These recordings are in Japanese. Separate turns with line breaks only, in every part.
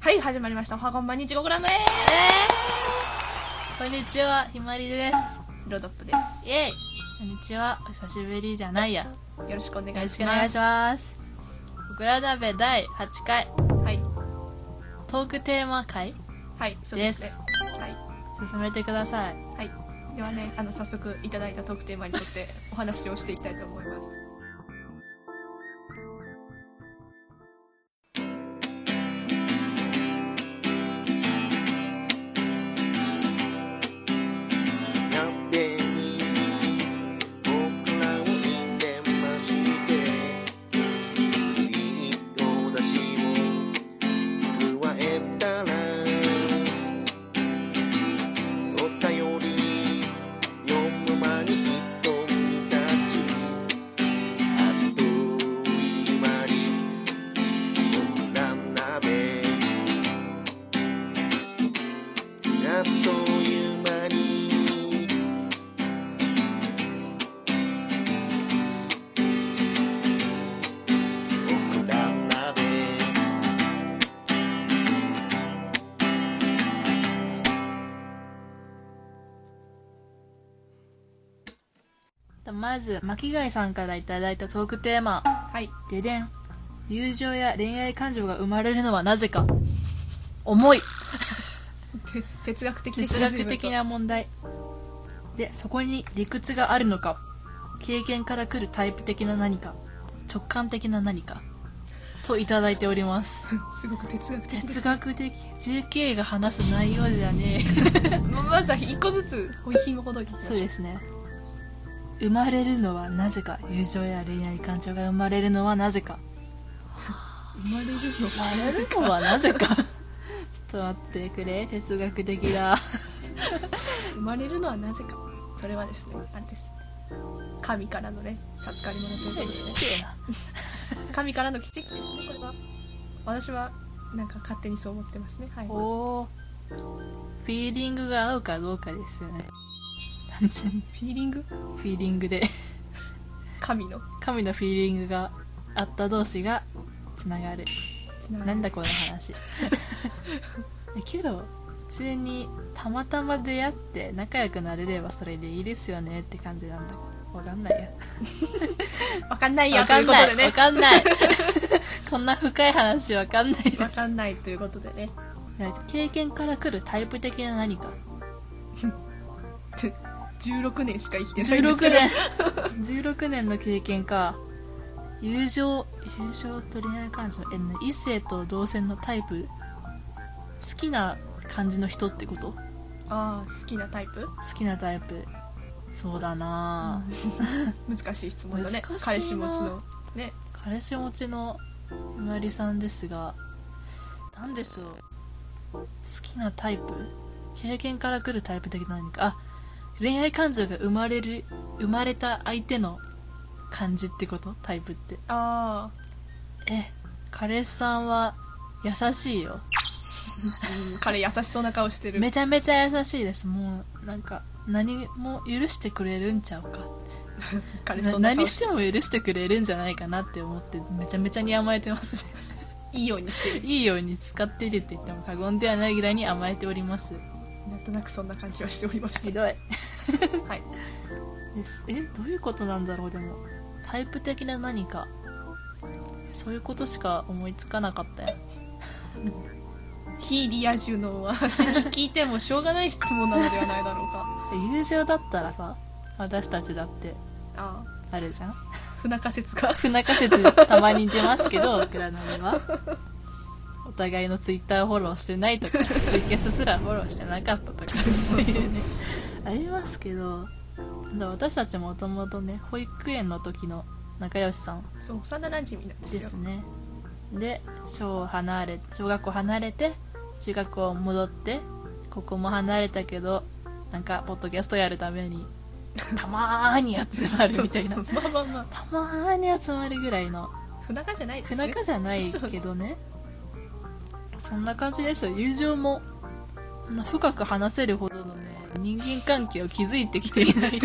はい始まりました「おはこんばんにちごグラム」
こんにちは、ひまりです。
ロドップです
イエイこんにちは、お久しぶりじゃないや。よ
よろしくお願いしま
ろし
す
くお願いします。オクラ鍋第8回、
はい
トークテーマ会
はいそうですねはい
進めてください。
はい、ではねあの早速いただいたトークテーマに沿ってお話をしていきたいと思います。
鍋に僕らを入れましていいお出汁を加えたらお便り読む間に人に立ちあっという間にこんな鍋あっという間に僕ら鍋
まず、巻貝さんからいただいたトークテーマ、
はい、
ででん。友情や恋愛感情が生まれるのはなぜか。重い。
て哲学的です
哲
ね
学的な問題でそこに理屈があるのか経験から来るタイプ的な何か直感的な何かといただいております
すごく哲学的です
哲学的 JK が話す内容じゃね
ままずは一個ずつおひもほどいていき ま
え
しょ
そうですね生まれるのはなぜか友情や恋愛感情が生まれるのはなぜか
生まれる
生
の
まれるのはなぜか ちょっと待ってくれ哲学的 だ
生まれるのはなぜかそれはですねあれです神からのね授かり物ということですね神からの奇跡ですねこれは私はなんか勝手にそう思ってますねはい
おーフィーリングが合うかどうかですよね単純に
フィーリング
フィーリングで
神の
神のフィーリングがあった同士がつながる
つながり
なんだこの話けど普通にたまたま出会って仲良くなれればそれでいいですよねって感じなんだわかんないや
わかんないや
わかんない
ということ
わかんない こんな深い話わかんない
でねわかんないということでね
経験から来るタイプ的な何か
16年しか生きてないんですけ
16
ど
年16年の経験か友情友情と恋愛感情えな異性と同性のタイプ好きな感じの人ってこと好
ああ好きなタイプ
きなタイプそうだなあ、
難しい質問だね
難しい
彼
な
氏持ちのね
彼氏持ちのひまりさんですが何でしょう好きなタイプ経験から来るタイプ的な何かあ恋愛感情が生まれる生まれた相手の感じってことタイプって
あ
え彼氏さんは優しい
あ、
よ
うん彼優しそうな顔してる
めちゃめちゃ優しいですもうなんか何も許してくれるんちゃうか
彼
な
そんな顔
何し
して
ても許してくれるんじゃないかなって思ってめちゃめちゃに甘えてます
いいようにしてる
いいように使っているって言っても過言ではないぐらいに甘えております
なんとなくそんな感じはしておりました
ひどい
はい
ですえどういうことなんだろうでもタイプ的な何かそういうことしか思いつかなかったよ
非リア充の私に聞いてもしょうがない質問なのではないだろうか
友情だったらさ私たちだって
あ
あるじゃん
あ不仲説が
不仲説たまに出ますけど クラナメはお互いのツイッターをフォローしてな いとかツイキャスすらフォローしてなかったとかそういうねありますけどだから私たちもともとね保育園の時の仲良しさん
そう幼馴染なんです
で
よ
すねで小を離れ小学校離れて中学校戻ってここも離れたけどなんかポッドキャストやるためにたまーに集まるみたいな
そうまあまあまあ
た まーに集まるぐらいの
不仲じゃないです
不
ね
仲じゃないけどねそんな感じですよ友情もそんな深く話せるほどのね人間関係を築いてきていない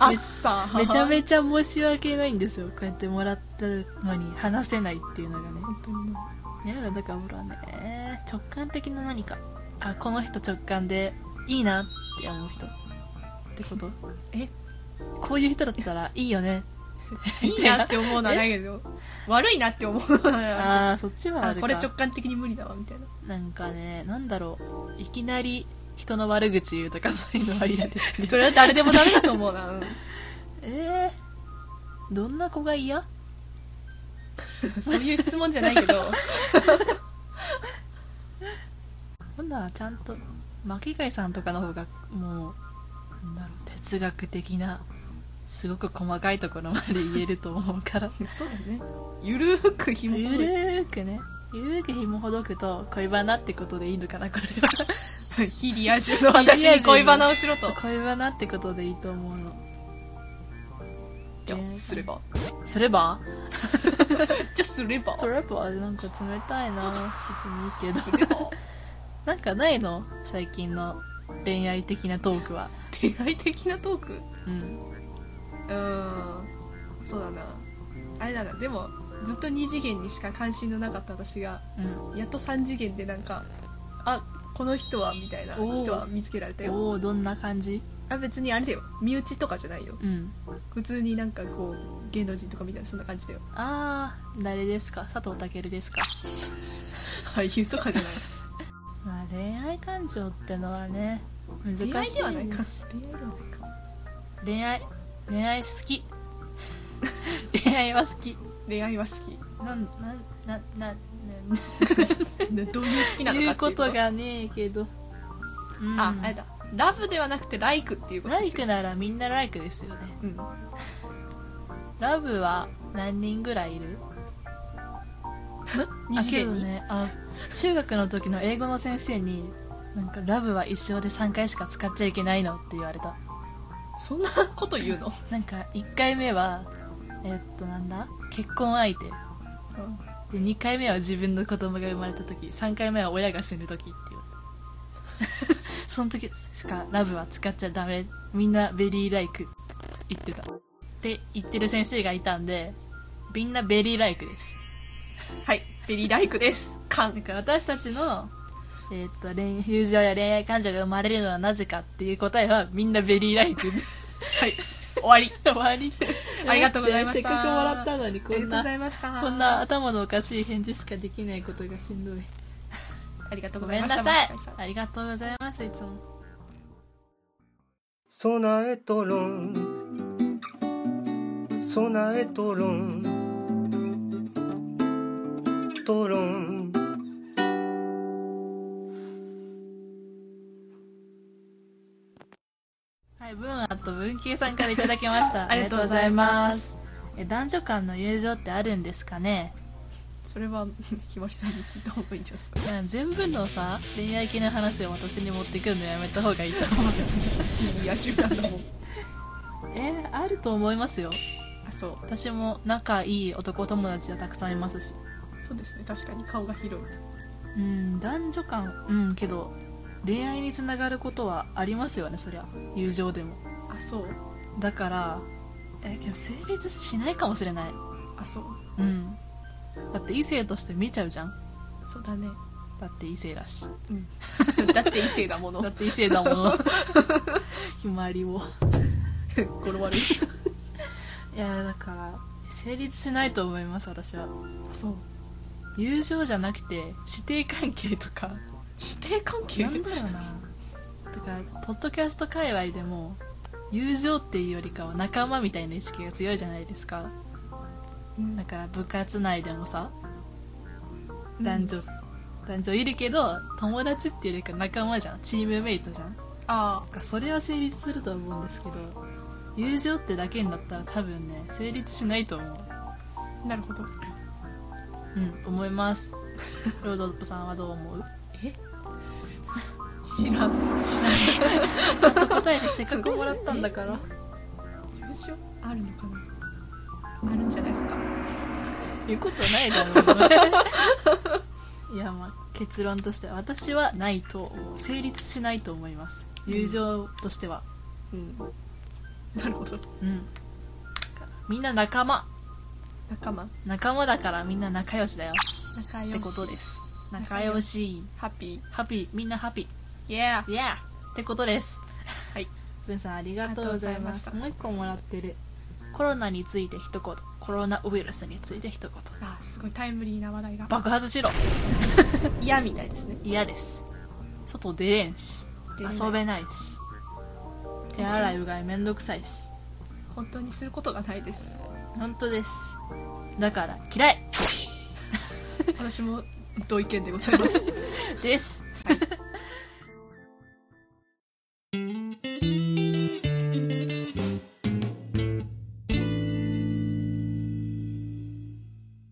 あっさ
めちゃ
ち
めちゃ申し訳ないんですよこうやってもらったのに話せないっていうのがね
ゃ本当にもう
いやだからほらね直感的な何かあこの人直感でいいなって思う人ってこと
え
こういう人だったらいいよ ね
いいなって思うのはないけど悪いなって思うのなら
ああそっちはあ
あ
るか
これ直感的に無理だわみたいな
なんかねなんだろういきなり人の悪口言うとかそういうのは嫌ですね
それは誰でもダメだと思うな、うん
えー、どんな子が嫌
そういう質問じゃないけど
ほんならちゃんと巻貝さんとかの方がもうなんだろう哲学的なすごく細かいところまで言えると思うから
そうだねゆるーく紐
ゆ
解い
る
て
ーくねゆるーく紐ほどくと恋バナってことでいいのかなこれ
非リア充の私に恋バナをしろと
は恋バナってことでいいと思うの
じゃあすれば
それば
じゃあすれば
そればなんか冷たいな別にいいけど
すれば
なんかないの最近の恋愛的なトークは
恋愛的なトーク
うん
うーんそうだなあれなんだでもずっと2次元にしか関心のなかった私が
うん
やっと3次元でなんかあこの人はみたいな
おー
人は見つけられたよ
おおどんな感じ
あ別にあれだよ身内とかじゃないよ
うん
普通になんかこう芸能人とかみたいなそんな感じだよ
あー誰ですか佐藤健ですか
俳優とかじゃない
まあ恋愛感情ってのはね難しい
恋愛ではないか
です
恋愛ではないか
恋愛恋愛好 き恋愛は好き
恋愛は好き
なんなんなんなん
ね どういう好きな
なん
の
言
か
う
っていうこ
こ
と
とがねえけど、うん
ああれだラブではなくてライクっていうこと
ラ
で
イ
すよ
クならみんなライクですよね
うん
ラブは何人ぐらいいる
二次元
あけ
に、
どねあ中学の時の英語の先生になんかラブは一生で3回しか使っちゃいけないのって言われた
そんなこと言 うの
なんか1回目はえっとなんだ結婚相手で2回目は自分の子供が生まれた時3回目は親が死ぬ時って言われた その時しかラブは使っちゃダメみんなベリーライクって言ってたって言ってる先生がいたんでみんなベリーライクです
はいベリーライクですカ
だ
ン
から私たちのえっと恋友情や恋愛感情が生まれるのはなぜかっていう答えはみんなベリーライク
はい終わ り
終わり
ありがとうございました
せっかくもらったのにこ
あり
ん
がとうご
な
ざいました
こんな頭のおかしい返事しかできないことがしんどい。
ありがとう
ご
ござ
め
い
ん
ま
な
した
さい
マスカイ。
ありがとうございます、いつも。
ソナエトロンソナエトロントロン
はい、文あと文系さんからいただきました。
ありがとうございま
ありがとうございます。え、男女間の友情ってあるんですかね
それはひまりさんに聞いた方がいいんじゃないですか
なんか全部のさ、恋愛系の話を私に持ってくるのやめた方がいいと思うよ。
非リア充なんだもん
え、あると思いますよ。
あそう
私も仲いい男友達がたくさんいますし。
そうですね確かに顔が広い
うん、男女間、うん、けど、恋愛につながることはありますよね、そりゃ。友情でも。
あそう
だからえでも成立しないかもしれない
あそう
うんだって異性として見ちゃうじゃん
そうだね
だって異性だし
うん だって異性だもの
だって異性だも のひまりを
心悪い
いやだから成立しないと思います私は
あ そう
友情じゃなくて師弟関係とか
師弟関係
なんだろうなだからポッドキャスト界隈でも友情っていうよりかは仲間みたいな意識が強いじゃないですか
うん
だから部活内でもさ
うん
男女、男女いるけど友達っていうよりか仲間じゃんチームメイトじゃん
あ
だからそれは成立すると思うんですけど友情ってだけになったら多分ね成立しないと思う
あなるほど
うん思います ロードップさんはどう思う
え知らん
知らないちょっと答えてせっかく もらったんだから
友情あるのかなあるんじゃないですか
言うことないだろういやまあ結論としては私はないと思う成立しないと思います友情としては
うんなるほど
うんみんな仲間
仲間
仲間だからみんな仲良しだよ
仲
っ
良して
ことです仲良し
ハッピ
ハッピーみんなハッピ
ーイエー
ーイエーってことです
はい
文さんありがとうございま
あ
す
り
もう一個もらってるコロナについて一言コロナウイルスについて一言
あすごいタイムリーな話題が
爆発しろ
嫌みたいですね
嫌です外出れんし
出れない
遊べないし手洗いうがいめんどくさいし
本当にすることがないです
本当ですだから嫌い
私も同意見でございます
です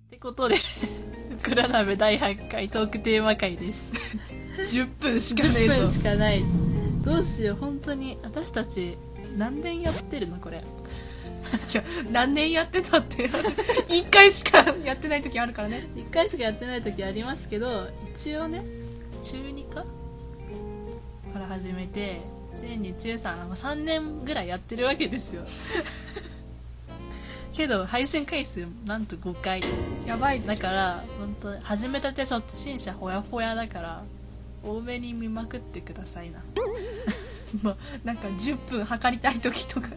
ってことで「クラ鍋第8回トークテーマ会」です
10分しかねえ
10分
ぞ
しかないどうしよう本当に私たち何年やってるのこれ
いや何年やってたって一回しかやってない時あるからね
1回しかやってない時ありますけど一応ね中2かから始めて1年2さん3年ぐらいやってるわけですよ けど配信回数なんと5回
やばいで
だ
しょ
から本当始めたて初心者ほやほやだから多めに見まくってくださいな
まあなんか10分測りたい時とか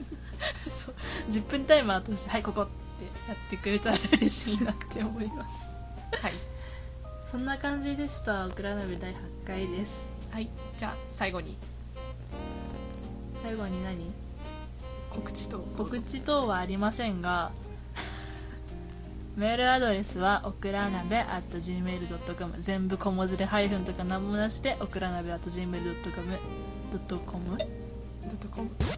そう10分タイマーとして「はいここ」ってやってくれたら嬉しいなって思います
はい、
そんな感じでした「グラナベ第8回」です
はい、じゃあ最後に
最後に何
告知と
告知等はありませんが メールアドレスはおくらなべ at gmail.com 全部小文字でハイフンとか何もなしでおくらなべ at gmail.com
ドットコム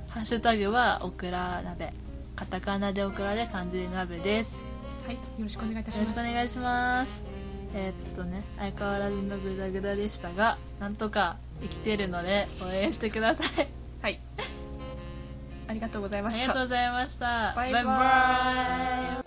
ハッシュタグはおくらなべカタカナでオクラで漢字で鍋です
はいよろしくお願いいたし
よ
ま
ろし
す
くお願いしますえーっとね相変わらずのグダグダでしたがなんとか生きてるので応援してください
はいありがとうござい
あ
まし
りが
た
とうございました
バイバイ
バイバイ